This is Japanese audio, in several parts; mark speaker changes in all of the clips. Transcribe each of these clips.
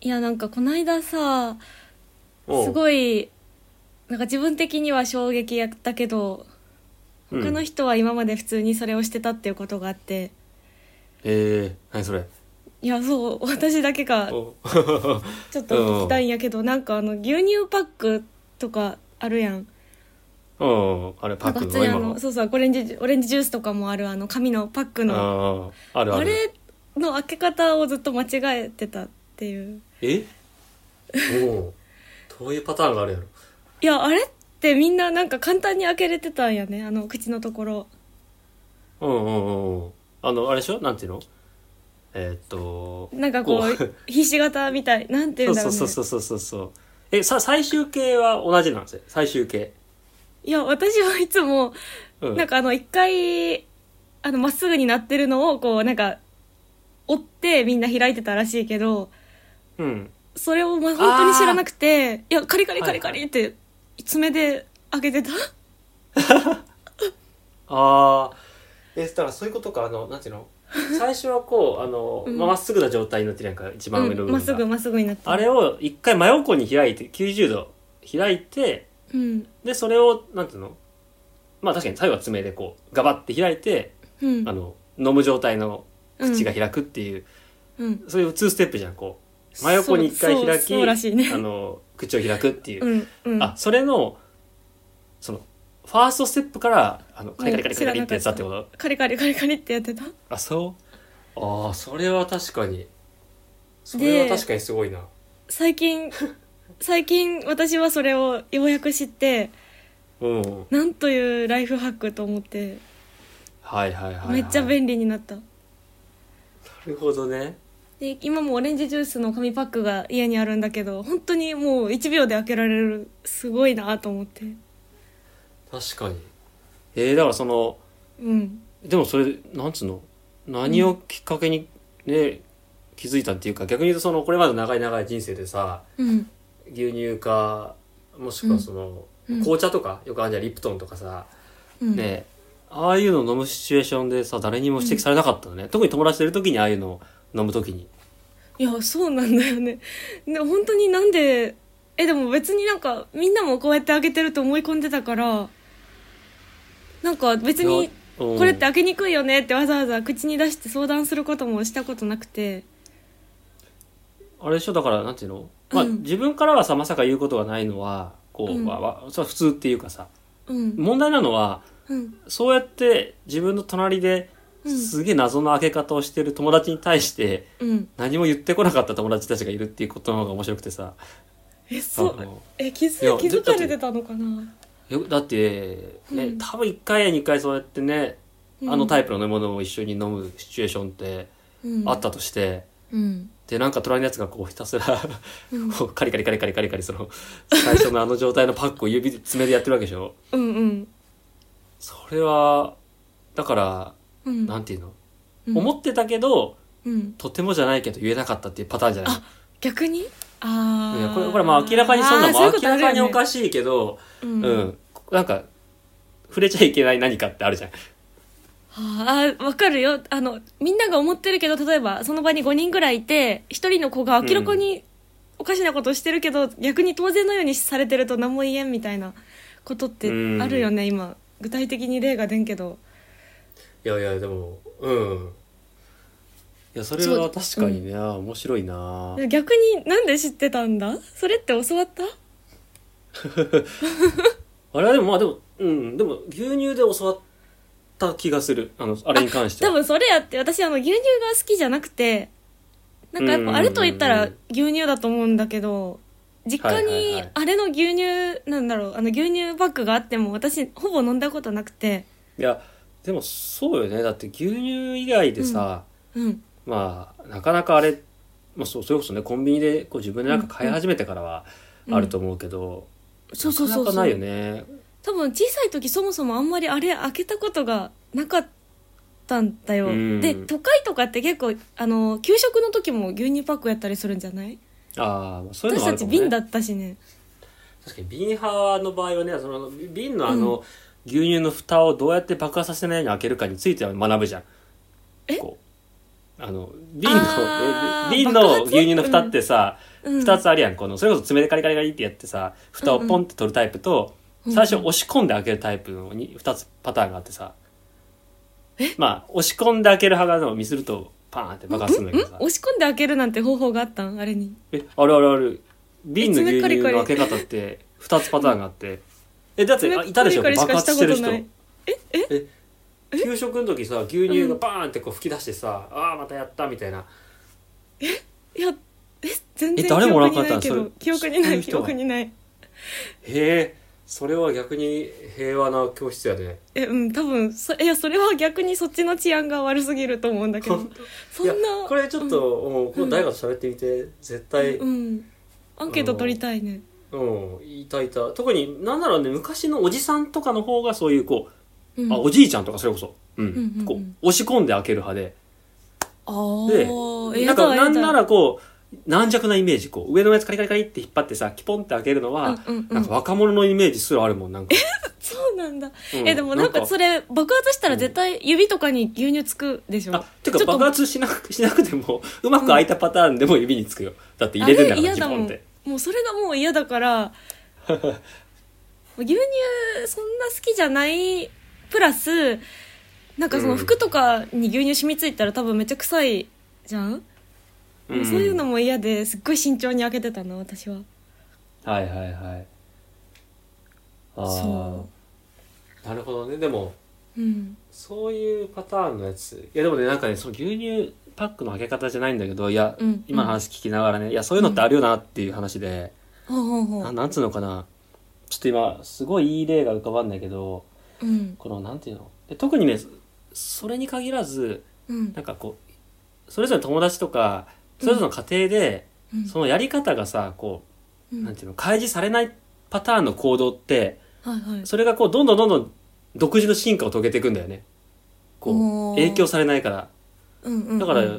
Speaker 1: いやなんかこないださす
Speaker 2: い。
Speaker 1: ごいなんか自分的には衝撃やったけど
Speaker 2: うん
Speaker 1: 他の人は今まで普通にそれをしてたっていうことがあって、
Speaker 2: ええ何それ。
Speaker 1: いやそう私だけか
Speaker 2: お
Speaker 1: ちょっと聞きたいんやけどなんかあの牛乳パックとかあるやん
Speaker 2: うん。あれ
Speaker 1: な
Speaker 2: パッ
Speaker 1: んか
Speaker 2: ク
Speaker 1: 普
Speaker 2: の
Speaker 1: 通にあ
Speaker 2: 今
Speaker 1: の
Speaker 2: の。
Speaker 1: そうそうオレンジオレンジジュースとかもあるあの紙のパックのあ
Speaker 2: ああ、あるある。
Speaker 1: れの開け方をずっと間違えてたっていう
Speaker 2: えおうどういうパターンがあるやろ。
Speaker 1: いやあれってみんななんか簡単に開けれてたんやねあの口のところ
Speaker 2: うんうんうんうん。あの、あれでしょなんていうのえーっと。
Speaker 1: なんかこ
Speaker 2: こ
Speaker 1: うひし形みたいなんてい
Speaker 2: そ
Speaker 1: うん
Speaker 2: う
Speaker 1: だろ
Speaker 2: そう
Speaker 1: ね
Speaker 2: う そうそうそうそうそう。え、さ、最終形は同じなんですよ。最終形。
Speaker 1: いや私はいつも
Speaker 2: うん。
Speaker 1: なんかあの一回あのまっすぐになってるのをこうなんか折ってみんな開いてたらしいけど
Speaker 2: うん。
Speaker 1: それをまあ本当に知らなくていやカリカリカリカ
Speaker 2: はい
Speaker 1: リって爪で開けてた、
Speaker 2: ああ。え、だからそういうことか、あの、なん ていうの最初はこう、あの、
Speaker 1: うん
Speaker 2: まあまっすぐな状態になってるやんか、一番上の
Speaker 1: う
Speaker 2: 部
Speaker 1: んまっ
Speaker 2: 分
Speaker 1: す
Speaker 2: が。
Speaker 1: ぐまっすぐになって
Speaker 2: あれを一回真横に開いて、90度開いて、
Speaker 1: うん
Speaker 2: で、それを、なんていうのまあ確かに最後は爪でこう、ガバって開いて、
Speaker 1: うん
Speaker 2: あの、飲む状態の口が
Speaker 1: うん
Speaker 2: 開くっていう、
Speaker 1: うん
Speaker 2: そういう2ステップじゃん、こう。真横に一回
Speaker 1: そう
Speaker 2: 開
Speaker 1: そう
Speaker 2: き、
Speaker 1: そうらしいね
Speaker 2: あの、口を開くっていう
Speaker 1: う。んうん
Speaker 2: あ、それの、その、ファーストステップから、あの、カリカリカリカリってやつだってこと
Speaker 1: カリカリカリカリってやってた
Speaker 2: あ、そうああ、それは確かに。それは確かにすごいな。
Speaker 1: 最近最近私はそれをようやく知って
Speaker 2: うん。
Speaker 1: なんというライフハックと思って
Speaker 2: はいはいはい、はい。
Speaker 1: めっちゃ便利になった、
Speaker 2: なるほどね。
Speaker 1: で今もオレンジジュースの紙パックが家にあるんだけど本当にもう1秒で開けられるすごいなと思って
Speaker 2: 確かに。えー、だからその、
Speaker 1: うん
Speaker 2: でもそれ、なんつうの何をきっかけにね、気づいたっていうか、逆に言うとその、これまでの長い長い人生でさ、
Speaker 1: うん
Speaker 2: 牛乳か、もしくはその、
Speaker 1: うんうん
Speaker 2: 紅茶とか、よくあるじゃん、リプトンとかさ、
Speaker 1: うん、
Speaker 2: ねああいうの飲むシチュエーションでさ誰にも指摘されなかったのね、特に友達といる時にああいうのを飲む時に
Speaker 1: いやそうなんだよねで本当になんでえでも別になんかみんなもこうやって開けてると思い込んでたからなんか別にこ
Speaker 2: こ
Speaker 1: れって開けにくいよねってわざわざ口に出して相談することもしたことなくて
Speaker 2: あれでしょだからなんていうの、まあ、
Speaker 1: うん
Speaker 2: 自分からはさまさか言うことがないのはこう、
Speaker 1: うん
Speaker 2: わわそれは普通っていうかさ
Speaker 1: うん
Speaker 2: 問題なのは
Speaker 1: うん
Speaker 2: そうやって自分の隣で
Speaker 1: うん
Speaker 2: すげえ謎の開け方をしてる友達に対して
Speaker 1: うん
Speaker 2: 何も言ってこなかった友達たちがいるっていうことの方が面白くてさ
Speaker 1: えそ
Speaker 2: あ
Speaker 1: う
Speaker 2: の
Speaker 1: え気
Speaker 2: いや
Speaker 1: づ気づかれてたのかな
Speaker 2: よだって、ね
Speaker 1: うん
Speaker 2: 多分1回や2回そうやってねあのタ
Speaker 1: イ
Speaker 2: イプの飲み物を一緒に飲むシチュエーションって
Speaker 1: プ、うん
Speaker 2: あったとして、
Speaker 1: うん
Speaker 2: でなんか隣のやつがこうひたすら
Speaker 1: うん
Speaker 2: こうカリカリカリカリカリカリその最初のあの状態のパックを指で爪でやってるわけでしょ
Speaker 1: うんうん
Speaker 2: それはだから
Speaker 1: うん
Speaker 2: なんていうの、
Speaker 1: うん
Speaker 2: 思ってたけど
Speaker 1: うん
Speaker 2: とてもじゃないけど言えなかったっていうパターンじゃない
Speaker 1: あ逆にあ
Speaker 2: い
Speaker 1: あ
Speaker 2: やこれこれまあ明らかにそんなも明らかにおか
Speaker 1: しい
Speaker 2: しいけど
Speaker 1: う
Speaker 2: うんん、なんか触れちゃいけない何かってあるじゃん
Speaker 1: ああわかるよあのみんなが思ってるけど例えばその場に5人ぐらいいて1人の子が明らかにおかしなことしてるけど、逆に当然のようにされてると何も言えんみたいなことって
Speaker 2: うん
Speaker 1: あるよね、今具体的に例が出んけど
Speaker 2: いやいやでもうんいやそれは確かにね、あー面白いな
Speaker 1: 逆になんで知ってたんだそれって教わった
Speaker 2: あれはでもまあでもうんでも牛乳で教わった気がするあのあれに関して
Speaker 1: 多
Speaker 2: は
Speaker 1: 分それやって私あの牛乳が好きじゃなくてなんかやっ
Speaker 2: うん
Speaker 1: ぱ
Speaker 2: うんうんうん
Speaker 1: あれと言ったら牛乳だと思うんだけど実家
Speaker 2: はいはい
Speaker 1: に
Speaker 2: はい
Speaker 1: あれの牛乳なんだろうあの牛乳パックがあっても私ほぼ飲んだことなくて
Speaker 2: いやでもそうよねだって牛乳以外でさ、
Speaker 1: うん
Speaker 2: まあなかなかあれ、まあ、そうそれこそねコンビニでこう自分でなんか買い始めてからは
Speaker 1: うん
Speaker 2: あると思うけど、
Speaker 1: そうそうそう
Speaker 2: なか
Speaker 1: そう
Speaker 2: なかないよね
Speaker 1: 多分小さい時そもそもあんまりあれ開けたことがなかったんだよ
Speaker 2: うん
Speaker 1: で都会とかって結構あの給食の時も牛乳パックやったりするんじゃない
Speaker 2: ああそういうの
Speaker 1: 私
Speaker 2: はあ
Speaker 1: た
Speaker 2: るか
Speaker 1: ち
Speaker 2: も、ね、
Speaker 1: 瓶だったしね
Speaker 2: 確かに瓶派の場合はねその瓶のあの、牛乳の蓋をどうやって爆破させないように開けるかについては学ぶじゃん
Speaker 1: え
Speaker 2: こあの瓶の
Speaker 1: あー
Speaker 2: え瓶
Speaker 1: 爆
Speaker 2: の
Speaker 1: 発
Speaker 2: 牛乳の蓋ってさ、
Speaker 1: うん
Speaker 2: 2つあるやんこのそれこそ爪でカリカリカリってやってさ蓋をポンって取るタイプと、
Speaker 1: うんうん
Speaker 2: 最初押し込んで開けるタイプの 2, つパターンがあってさまあ押し込んで開ける派がでもミスるとパーンって爆発するんだけどさ
Speaker 1: 押し込んで開けるなんて方法があったんあれに
Speaker 2: えあるあるある瓶の
Speaker 1: 爪
Speaker 2: 牛
Speaker 1: カ
Speaker 2: 乳
Speaker 1: リカリ
Speaker 2: の開け方って2つパターンがあって、えだってあいたでしょ
Speaker 1: これ
Speaker 2: 爆
Speaker 1: これ
Speaker 2: 発してる
Speaker 1: し
Speaker 2: 人
Speaker 1: かたことない
Speaker 2: 給食の時さ牛乳がバーンってこう吹き出してさ、ああまたやったみたいない
Speaker 1: やえ全然
Speaker 2: え
Speaker 1: 記憶
Speaker 2: 誰もおらん
Speaker 1: に
Speaker 2: かっ
Speaker 1: な
Speaker 2: た
Speaker 1: い
Speaker 2: ん
Speaker 1: け
Speaker 2: そ
Speaker 1: ど
Speaker 2: れ
Speaker 1: 記憶にな
Speaker 2: 知ってる
Speaker 1: い記
Speaker 2: 人は
Speaker 1: 憶にない
Speaker 2: へえそれは逆に平和な教室やね
Speaker 1: えうん多分そいやそれは逆にそっちの治安が悪すぎると思うんだけど
Speaker 2: 本
Speaker 1: そん
Speaker 2: いや
Speaker 1: な
Speaker 2: これちょっと、もうこれ誰かと喋ってみて、絶対
Speaker 1: う
Speaker 2: うん、
Speaker 1: んアンケート取りたいね
Speaker 2: いたいた特になんならね昔のおじさんとかの方がそういうこ
Speaker 1: う
Speaker 2: う、
Speaker 1: ん
Speaker 2: あおじいちゃんとかそれこそ、うん
Speaker 1: んうんうん
Speaker 2: こう押し込んで開ける派で
Speaker 1: あー
Speaker 2: で
Speaker 1: え
Speaker 2: な
Speaker 1: や
Speaker 2: ん
Speaker 1: だ
Speaker 2: かな
Speaker 1: や
Speaker 2: んな
Speaker 1: だ
Speaker 2: らこう軟弱なイメージこう上のやつカリカリカリって引っ張ってさキポンって開けるのは、
Speaker 1: うんうんうん
Speaker 2: なんか若者のイメージすらあるもんなんか、
Speaker 1: そうなんだ
Speaker 2: うん
Speaker 1: えでもなんかそれ爆発したら絶対指とかに牛乳つくでしょ
Speaker 2: あて
Speaker 1: ち
Speaker 2: か
Speaker 1: ょっと
Speaker 2: 爆発しなくしなくてもうまく開いたパターンでも指につくよだって入れてんだ
Speaker 1: あ
Speaker 2: から
Speaker 1: 嫌
Speaker 2: 自
Speaker 1: だも
Speaker 2: 分っ
Speaker 1: ん
Speaker 2: て
Speaker 1: もうそれがもう嫌だから 牛乳そんな好きじゃないプラスなんかその服とかに牛乳染みついたら多分めっちゃ臭いじゃん、もうそういうのも嫌ですっごい慎重に開けてたな私は
Speaker 2: はいはいはいあ
Speaker 1: そ
Speaker 2: あなるほどねでも
Speaker 1: うん
Speaker 2: そういうパターンのやついやでもねなんかねその牛乳パックの開け方じゃないんだけどいや、
Speaker 1: うん
Speaker 2: 今の話聞きながらねいやそういうのってあるよなっていう話で、
Speaker 1: ほうほうほ
Speaker 2: な
Speaker 1: う
Speaker 2: なんつうのかなちょっと今すごいいい例が浮かばんだけど
Speaker 1: うん
Speaker 2: このなんていうので特にねそれに限らず
Speaker 1: うん
Speaker 2: なんかこうそれぞれの友達とかそれぞれの家庭で、
Speaker 1: うん
Speaker 2: そのやり方がさこ
Speaker 1: う
Speaker 2: う、
Speaker 1: ん
Speaker 2: なんていうの開示されないパターンの行動って
Speaker 1: はいはい
Speaker 2: それがこうどんどんどんどん独自の進化を遂げていくんだよねこ
Speaker 1: おー
Speaker 2: う影響されないから
Speaker 1: うんうんうん
Speaker 2: だから、なん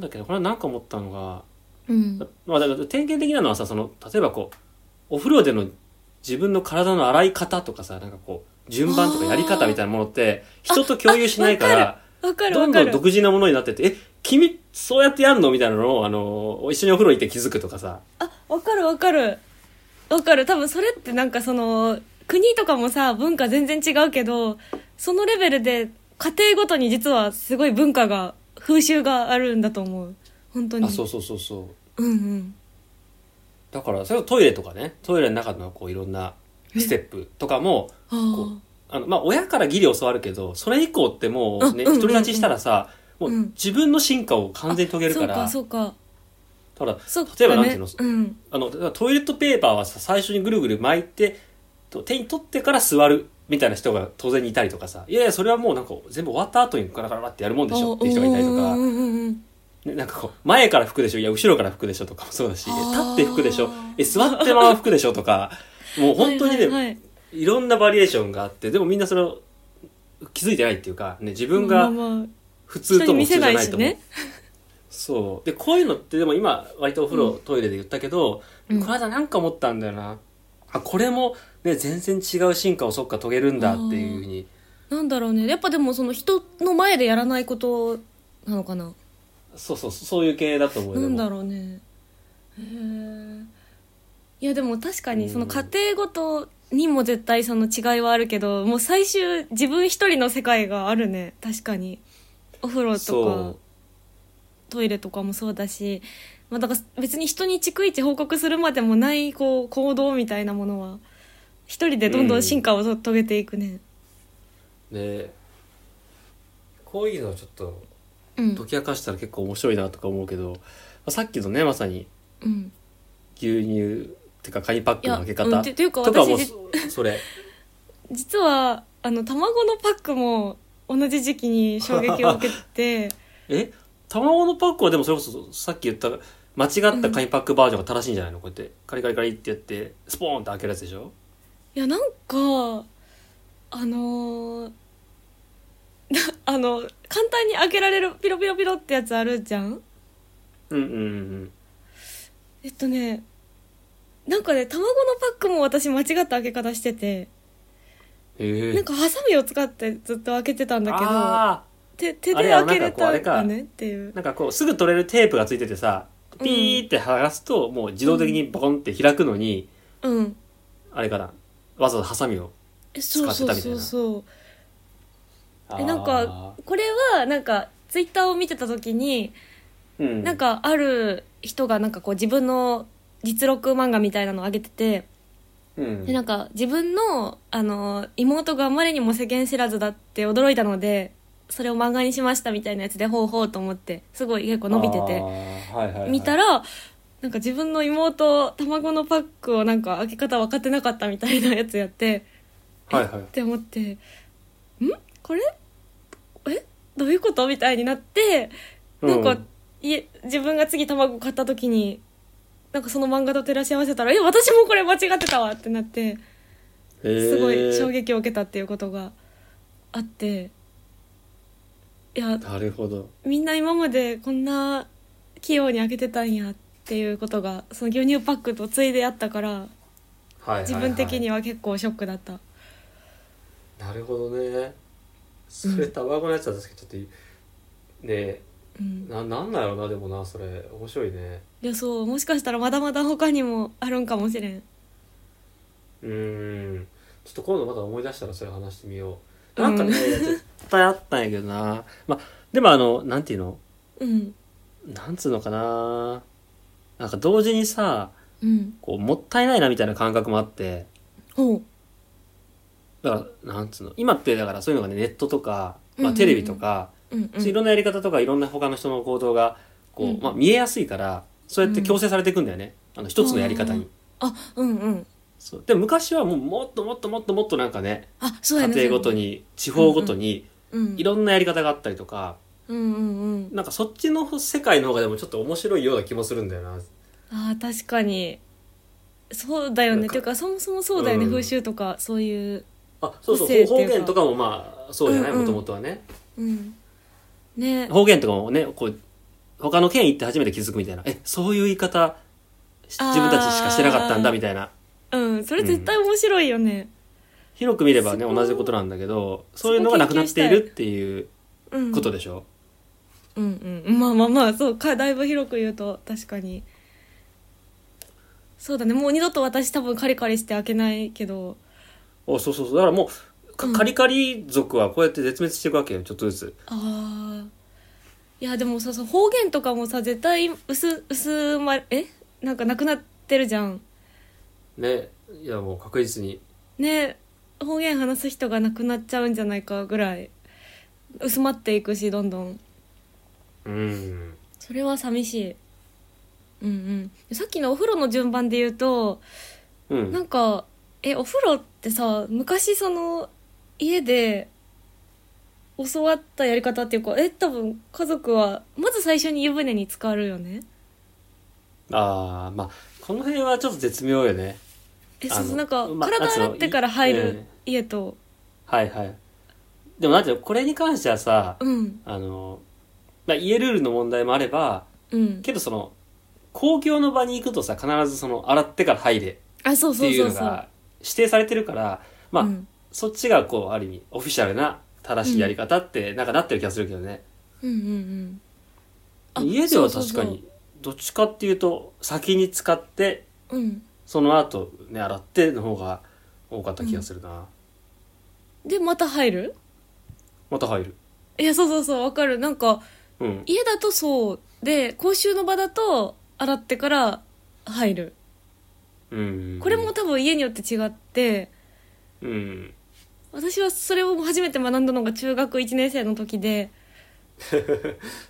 Speaker 2: だっけなこれは何か思ったのが、
Speaker 1: うん
Speaker 2: まあ、だから典型的なのはさその例えばこうお風呂での自分の体の洗い方とかさなんかこう順番とかやり方みたいなものって人と共有しないから。
Speaker 1: わかる
Speaker 2: ど
Speaker 1: わ
Speaker 2: ん
Speaker 1: か
Speaker 2: どん
Speaker 1: る
Speaker 2: 独自なものになってて、え、君、そうやってやんのみたいなのを、あの、一緒にお風呂行って気づくとかさ。
Speaker 1: あわかるわかるわかる多分それってなんかその国とかもさ文化全然違うけどそのレベルで家庭ごとに実はすごい文化が風習があるんだと思う本当に
Speaker 2: あ、そうそうそうそう。
Speaker 1: うんうん
Speaker 2: だから、それこそトイレとかね、トイレの中のこういろんなステップとかも、
Speaker 1: あ
Speaker 2: こ
Speaker 1: ー
Speaker 2: うあの、まあ、親からギリ教わるけど、それ以降ってもうね、
Speaker 1: うんうんうんうん
Speaker 2: 独り立ちしたらさ、もう
Speaker 1: うん
Speaker 2: 自分の進化を完全に遂げる
Speaker 1: そ
Speaker 2: か、
Speaker 1: うからそうか
Speaker 2: ただ、
Speaker 1: そうか、ね、
Speaker 2: 例えばなんていうの
Speaker 1: ん
Speaker 2: あの、だからトイレットペーパーはさ、最初にぐるぐる巻いて、と手に取ってから座るみたいな人が当然いたりとかさ、いやいや、それはもうなんか全部終わった後にガラガラガラってやるもんでしょっていう人がいたりとか
Speaker 1: うん、うんうん
Speaker 2: ねなんかこう、前から服でしょいや、後ろから服でしょとかもそうだし、
Speaker 1: あ
Speaker 2: 立
Speaker 1: ー
Speaker 2: って服でしょえ、座ってまま服でしょと か、もう本当に
Speaker 1: は
Speaker 2: ね、
Speaker 1: いはいはい
Speaker 2: いろんなバリエーションがあって、でもみんなそれを気づいてないっていうか、ね、自分が
Speaker 1: まあまあ
Speaker 2: 普通
Speaker 1: 人
Speaker 2: と
Speaker 1: に
Speaker 2: も
Speaker 1: 見
Speaker 2: 普通
Speaker 1: せ
Speaker 2: じゃ
Speaker 1: ない
Speaker 2: ない
Speaker 1: し
Speaker 2: と思う。
Speaker 1: ね
Speaker 2: そう。で、こういうのってでも今、割とお風呂、トイレで言ったけど、
Speaker 1: うん
Speaker 2: この間なんか思ったんだよな。あ、これも、ね、全然違う進化をそっか遂げるんだっていうふうに。
Speaker 1: なんだろうねやっぱでもその人の前でやらないことなのかな
Speaker 2: そうそう、そういう系だと思うよ
Speaker 1: なんだ
Speaker 2: う。
Speaker 1: ろうねへえいやでも確か
Speaker 2: うん
Speaker 1: にその家庭ごとにも絶対その違いはあるけどもう最終自分一人の世界があるね確かにお風呂と
Speaker 2: そ
Speaker 1: かトイレとかもそうだし、まあ、だから別に人に逐一報告するまでもないこう行動みたいなものは一人でどんどん進化をと遂げていくね、
Speaker 2: う。で、こういうのをちょっと、
Speaker 1: うん
Speaker 2: 解き明かしたら結構面白いなとか思うけど、さっきのね、まさに、
Speaker 1: うん、
Speaker 2: 牛乳、てか、カニパックの開け方
Speaker 1: いやうんてていうか
Speaker 2: とかも、
Speaker 1: 私
Speaker 2: それ。
Speaker 1: 実はあの卵のパックも同じ時期に衝撃を受けて
Speaker 2: え卵のパックはでもそれこそさっき言った間違ったカニパックバージョンが正しいんじゃないの、こうやってカリカリカリってやってスポーンって開けるやつでしょ
Speaker 1: いやなんかあのー なあの簡単に開けられるピロピロピロってやつあるじゃん
Speaker 2: うんうんうん
Speaker 1: えっとねなんかね卵のパックも私間違った開け方してて
Speaker 2: へえ
Speaker 1: なんかハサミを使ってずっと開けてたんだけど
Speaker 2: あー
Speaker 1: 手手
Speaker 2: あ
Speaker 1: で
Speaker 2: れは
Speaker 1: 開けれ
Speaker 2: な
Speaker 1: た
Speaker 2: んかこうあ
Speaker 1: ら
Speaker 2: れ
Speaker 1: ねっていう
Speaker 2: なんかこうすぐ取れるテープがついててさピーって剥がすと、もう自動的にボコンって開くのに、
Speaker 1: うん
Speaker 2: あれかなわざわざハサミを
Speaker 1: えそうそうそうそうえなん
Speaker 2: あ
Speaker 1: かこれはなんかツイッターを見てた時に、
Speaker 2: ーうん、
Speaker 1: なんかある人がなんかこう自分の実録漫画みたいなのを上げてて、
Speaker 2: うん、
Speaker 1: でなんか自分のあの妹があまりにも世間知らずだって驚いたのでそれを漫画にしましたみたいなやつでほうほうと思ってすごい結構伸びて
Speaker 2: あ
Speaker 1: て
Speaker 2: ーはいはいはい、
Speaker 1: 見たらなんか自分の妹卵のパックをなんか開け方分かってなかったみたいなやつやって。
Speaker 2: はいはい
Speaker 1: って思って「んこれえどういうこと?」みたいになってなんか、
Speaker 2: うん
Speaker 1: いえ自分が次卵買った時になんかその漫画と照らし合わせたら「え私もこれ間違ってたわ」ってなってすごい衝撃を受けたっていうことがあっていや
Speaker 2: へーなるほど
Speaker 1: みんな今までこんな器用に開けてたんやっていうことがその牛乳パックとついであったから
Speaker 2: はいはいはい
Speaker 1: 自分的には結構ショックだった。
Speaker 2: なるほどねそれタバコのやつは確かにちょっといね
Speaker 1: うん
Speaker 2: ななんだろうなでもなそれ面白いね
Speaker 1: いやそうもしかしたらまだまだ他にもあるんかもしれん
Speaker 2: うーんちょっと今度また思い出したらそれ話してみようなんかね、絶対あったんやけどなまあでもあのなんていうの
Speaker 1: うん
Speaker 2: なんつうのかななんか同時にさ
Speaker 1: うん
Speaker 2: こうもったいないなみたいな感覚もあって
Speaker 1: ほう
Speaker 2: だからなんつうの今ってだからそういうのがねネットとか、ま
Speaker 1: う
Speaker 2: あ、
Speaker 1: んうんうん
Speaker 2: テレビとか、
Speaker 1: うん
Speaker 2: そういろんなやり方とかいろんな他の人の行動がこう、
Speaker 1: うん
Speaker 2: まあ、見えやすいからそうやって強制されていくんだよね、あの一つのやり方に。
Speaker 1: あうんうん
Speaker 2: そうでも昔はもうもっともっともっともっとなんかね
Speaker 1: あそう
Speaker 2: 家
Speaker 1: やね
Speaker 2: 庭ごとに地方ごとに
Speaker 1: うん
Speaker 2: いろんなやり方があったりとか、
Speaker 1: うんうんうん
Speaker 2: なんかそっちの世界の方がでもちょっと面白いような気もするんだよな
Speaker 1: あー確かにそうだよねっ
Speaker 2: なんか
Speaker 1: ていうかそもそもそうだよね、
Speaker 2: うん
Speaker 1: 風習とかそういう
Speaker 2: あそうそう
Speaker 1: 個性っていうか
Speaker 2: 方言とかもまあそうじゃない
Speaker 1: うんうん
Speaker 2: もともとはね
Speaker 1: うんね
Speaker 2: 方言とかもねこう他の県行って初めて気づくみたいなえそういう言い方し
Speaker 1: あー
Speaker 2: 自分たちしかしてなかったんだみたいな
Speaker 1: うんそれ絶対面白いよね
Speaker 2: 広く見ればね
Speaker 1: すごい
Speaker 2: 同じことなんだけどそういうのがなくなっているっていう
Speaker 1: うん
Speaker 2: ことでしょ、
Speaker 1: うんうんまあまあまあそうかだいぶ広く言うと確かにそうだねもう二度と私多分カリカリして開けないけど
Speaker 2: おそうそうそうだからもうか
Speaker 1: うん
Speaker 2: カリカリ族はこうやって絶滅していくわけよちょっとずつ
Speaker 1: ああいやでもさそう方言とかもさ絶対薄薄まえなんかなくなってるじゃん
Speaker 2: ねいやもう確実に
Speaker 1: ね方言話す人がなくなっちゃうんじゃないかぐらい薄まっていくしどんどん
Speaker 2: うん
Speaker 1: それは寂しいうんうんさっきのお風呂の順番で言うと
Speaker 2: うん
Speaker 1: なんかえお風呂ってさ昔その家で教わったやり方っていうかえ多分家族はまず最初に湯船に浸かるよね
Speaker 2: ああまあこの辺はちょっと絶妙よね
Speaker 1: え
Speaker 2: あ
Speaker 1: そうそう
Speaker 2: の
Speaker 1: なんか、
Speaker 2: まあ
Speaker 1: 体洗
Speaker 2: そ
Speaker 1: っ
Speaker 2: う
Speaker 1: てから入
Speaker 2: い
Speaker 1: る
Speaker 2: え
Speaker 1: 家と
Speaker 2: はいはいでもなんていうのこれに関してはさ
Speaker 1: うん
Speaker 2: あの、まあ、家ルールの問題もあれば
Speaker 1: うん
Speaker 2: けどその公共の場に行くとさ必ずその洗ってから入れ
Speaker 1: あそう
Speaker 2: って
Speaker 1: そう
Speaker 2: い
Speaker 1: そうう
Speaker 2: の
Speaker 1: そう
Speaker 2: が指定されてるからまあ、
Speaker 1: うん
Speaker 2: そっちがこうある意味オフィシャルな正しいやり方ってなんかなってる気がするけどね、
Speaker 1: うんうんうんあ
Speaker 2: 家では
Speaker 1: そうそ
Speaker 2: 確
Speaker 1: うそう
Speaker 2: かにどっちかっていうと先に使って
Speaker 1: うん
Speaker 2: その後ね洗っての方が多かった気がするな、
Speaker 1: でまた入る
Speaker 2: また入る
Speaker 1: いやそうそうそうわかるなんか
Speaker 2: うん
Speaker 1: 家だとそうで公衆の場だと洗ってから入る
Speaker 2: うん
Speaker 1: これも多分家によって違って
Speaker 2: うん
Speaker 1: 私はそれを初めて学んだのが中学1年生の時 で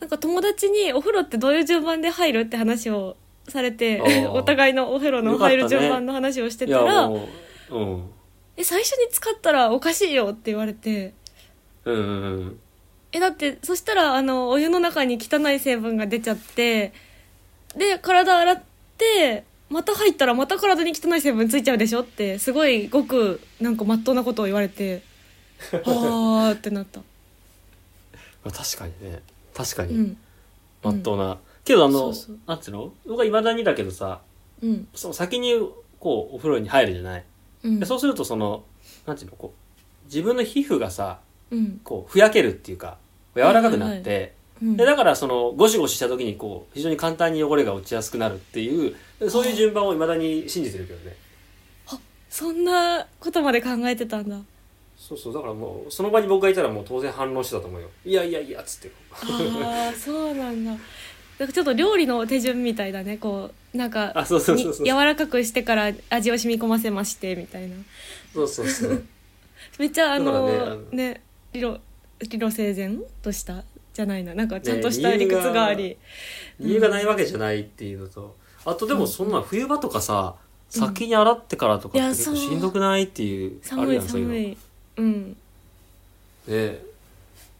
Speaker 1: なんか友達にお風呂ってどういう順番で入るって話をされて
Speaker 2: あー
Speaker 1: お互いのお風呂の入る順番の話をして
Speaker 2: い
Speaker 1: た
Speaker 2: や
Speaker 1: ら、
Speaker 2: もううん
Speaker 1: え最初に使ったらおかしいよって言われて
Speaker 2: うんうん
Speaker 1: えだってそしたらあのお湯の中に汚い成分が出ちゃってで体洗ってまた入ったらまた体に汚い成分ついちゃうでしょってすごいごくなんかまっとうなことを言われてあーってなった。
Speaker 2: まあ確かにね確か
Speaker 1: う
Speaker 2: に
Speaker 1: ん
Speaker 2: まっとうな、けどあの
Speaker 1: そうそう
Speaker 2: なんていうの僕はいまだにだけどさ
Speaker 1: うん
Speaker 2: その先にこうお風呂に入るじゃない、
Speaker 1: うん
Speaker 2: でそうするとそのなんていうのこう自分の皮膚がさ
Speaker 1: うん
Speaker 2: こうふやけるっていうか柔らかくなって、
Speaker 1: うん
Speaker 2: でだからそのゴシゴシした時にこう非常に簡単に汚れが落ちやすくなるっていうそういう順番をいまだに信じてるけどね
Speaker 1: そんなことまで考えてたんだ
Speaker 2: そうそうだからもうその場に僕がいたらもう当然反論してたと思うよいやいやいやっつって
Speaker 1: ああそうなんだなんかちょっと料理の手順みたいだねこうなんか
Speaker 2: あそうそうそうそう
Speaker 1: に柔らかくしてから味を染み込ませましてみたいな
Speaker 2: そうそうそう
Speaker 1: めっちゃあの
Speaker 2: だからねあの
Speaker 1: ね理路理路整然としたじゃないななんかちゃんとし
Speaker 2: ね
Speaker 1: た理
Speaker 2: 理由が
Speaker 1: 屈があり、
Speaker 2: 理由がないわけじゃないっていうのとあとでもそんな冬場とかさ、先に洗ってからとかっ
Speaker 1: い
Speaker 2: て
Speaker 1: や
Speaker 2: 結
Speaker 1: そ
Speaker 2: 構
Speaker 1: う
Speaker 2: しんどくないっていうあ
Speaker 1: 寒
Speaker 2: るや
Speaker 1: い
Speaker 2: んそういうの
Speaker 1: 寒
Speaker 2: ね
Speaker 1: いうん
Speaker 2: え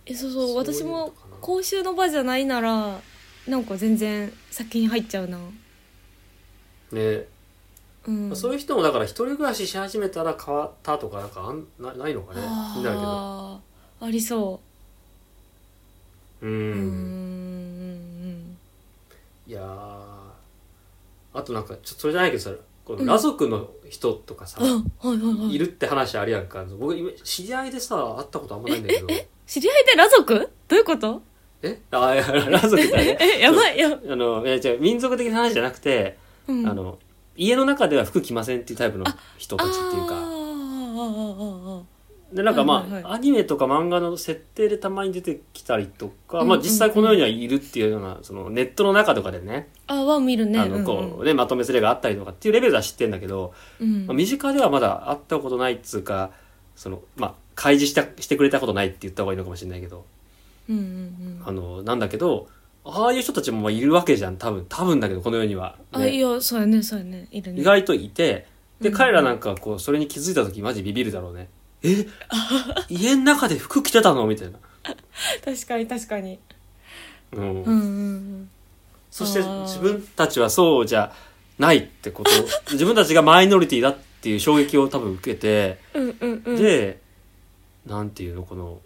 Speaker 1: えそうそう
Speaker 2: そういう
Speaker 1: 私
Speaker 2: の
Speaker 1: も
Speaker 2: かな
Speaker 1: 公衆の場じゃないならなんか全然先に入っちゃうな
Speaker 2: ねえ
Speaker 1: うん
Speaker 2: そういう人もだから一人暮らしし始めたら変わったとかなんかあんなないのかね
Speaker 1: あ
Speaker 2: 気になるけど
Speaker 1: ーありそうううんうん
Speaker 2: ん
Speaker 1: うん
Speaker 2: いやーあとなんかちょそれじゃないけどさこの裸族の人とかさ、
Speaker 1: あはいはいはい
Speaker 2: いるって話あるやんか僕今知り合いでさ会ったことあんまないんだけどえ
Speaker 1: 知り合いで裸族どういうこと
Speaker 2: あいや裸族だね
Speaker 1: えやばいや、
Speaker 2: あのいや違う民族的な話じゃなくて、
Speaker 1: うん、
Speaker 2: あの家の中では服着ませんっていうタイプの人たちっていう
Speaker 1: あーあ
Speaker 2: か
Speaker 1: ーあーあーあー
Speaker 2: でなんかまあ、
Speaker 1: はいはいは
Speaker 2: アニメとか漫画の設定でたまに出てきたりと
Speaker 1: う
Speaker 2: か、
Speaker 1: んうん
Speaker 2: まあ実際この世にはいるっていうようなそのネットの中とかでね
Speaker 1: あーは見るね
Speaker 2: あのこうねまとめすれがあったりとかっていうレベルでは知ってんだけど、
Speaker 1: うんうん
Speaker 2: まあ、身近ではまだ会ったことないっつうかそのまあ開示したしてくれたことないって言った方がいいのかもしれないけど
Speaker 1: うんうんう
Speaker 2: あ
Speaker 1: ん
Speaker 2: のなんだけどああいう人たちもまあいるわけじゃん多分多分だけどこの世には、
Speaker 1: あ
Speaker 2: ね
Speaker 1: いやそうやねそうやねいるね
Speaker 2: 意外といてで
Speaker 1: うん
Speaker 2: 彼らなんかこうそれに気づいた時マジビビるだろうねえ家の中で服着てたのみたいな、
Speaker 1: 確かに確かに
Speaker 2: う
Speaker 1: うん
Speaker 2: ん
Speaker 1: うん
Speaker 2: そして
Speaker 1: あー
Speaker 2: 自分たちはそうじゃないってこと 自分たちがマイノリティだっていう衝撃を多分受けて、
Speaker 1: うんうんうんうん
Speaker 2: でなんていうのこの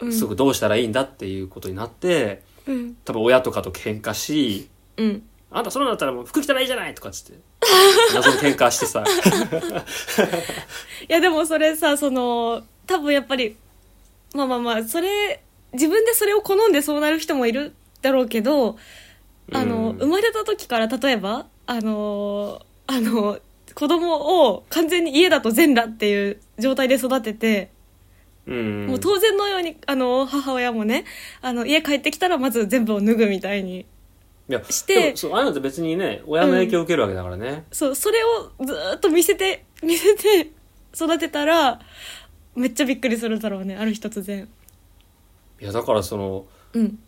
Speaker 1: うん
Speaker 2: すぐどうしたらいいんだっていうことになって
Speaker 1: うん
Speaker 2: 多分親とかと喧嘩し
Speaker 1: うん
Speaker 2: あんたそんなんだったらもう服着たらいいじゃないとか っつって謎の喧嘩してさ
Speaker 1: いやでもそれさその多分やっぱりまあまあまあそれ自分でそれを好んでそうなる人もいるだろうけどあの、
Speaker 2: うん
Speaker 1: 生まれた時から例えばあのあの子供を完全に家だと全裸っていう状態で育てて、
Speaker 2: うん
Speaker 1: もう当然のようにあの母親もねあの家帰ってきたらまず全部を脱ぐみたいに
Speaker 2: いや
Speaker 1: して
Speaker 2: でもそうああいうのって別にね親の影響を受けるわけだからね、
Speaker 1: そうそれをずーっと見せて見せて育てたらめっちゃびっくりするだろうねある日突然。
Speaker 2: いやだからその
Speaker 1: うん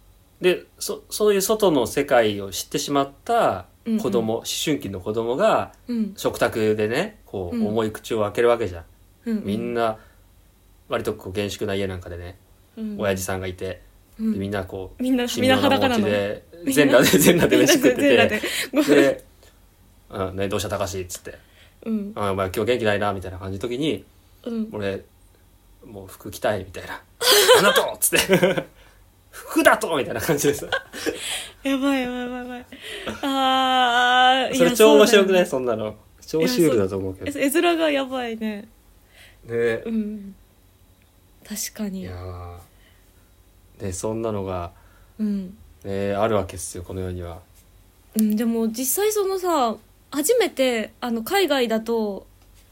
Speaker 2: でそそういう外の世界を知ってしまった子供、
Speaker 1: う
Speaker 2: 思春期の子供が
Speaker 1: うん
Speaker 2: 食卓でねこう
Speaker 1: うん
Speaker 2: 重い口を開けるわけじゃん、
Speaker 1: うん、
Speaker 2: みんな割とこう厳粛な家なんかでね、
Speaker 1: うん、
Speaker 2: 親父さんがいて
Speaker 1: うん、
Speaker 2: でみんなこう
Speaker 1: みんな
Speaker 2: 神妙な
Speaker 1: 裸
Speaker 2: 面
Speaker 1: な
Speaker 2: 持ち
Speaker 1: の
Speaker 2: で
Speaker 1: みんな
Speaker 2: 全裸で全裸で飯食って
Speaker 1: みんな全裸
Speaker 2: て
Speaker 1: でごめん
Speaker 2: で「うんね、どうした高志」っつって
Speaker 1: うん
Speaker 2: 「あお前今日元気ないな」みたいな感じの時に
Speaker 1: うん
Speaker 2: 俺もう服着たいみたい な「あなた!」っつって「服だと!」みたいな感じでさ
Speaker 1: やばいやばいやばいやばいあー
Speaker 2: それ
Speaker 1: や
Speaker 2: 超
Speaker 1: そ
Speaker 2: 面白
Speaker 1: うだ
Speaker 2: くな
Speaker 1: よ
Speaker 2: いそんなの超シュールだと思うけどね
Speaker 1: え絵面がやばいね
Speaker 2: え
Speaker 1: うん確か
Speaker 2: い
Speaker 1: に
Speaker 2: やーでそんなのが、
Speaker 1: うん、
Speaker 2: ね、あるわけっすよこの世には
Speaker 1: うん、でも実際そのさ初めてあの海外だと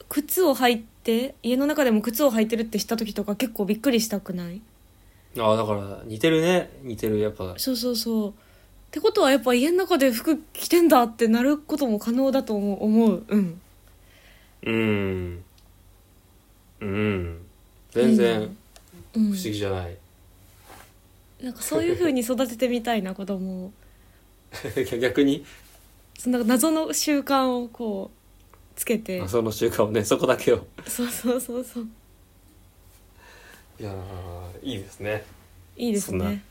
Speaker 1: 靴を履いて家の中でも靴を履いてるって知った時とか結構びっくりしたくない
Speaker 2: ああだから似てるね似てるやっぱ
Speaker 1: そうそうそうってことはやっぱ家の中で服着てんだってなることも可能だと思う思ううん
Speaker 2: うんうん全然
Speaker 1: 不
Speaker 2: 不思議じゃない、
Speaker 1: なんかそういう風に育ててみたいな子供を
Speaker 2: 逆に
Speaker 1: その謎の習慣をこうつけて
Speaker 2: その習慣をねそこだけを
Speaker 1: そうそうそうそう
Speaker 2: いやーいいですね
Speaker 1: いいですね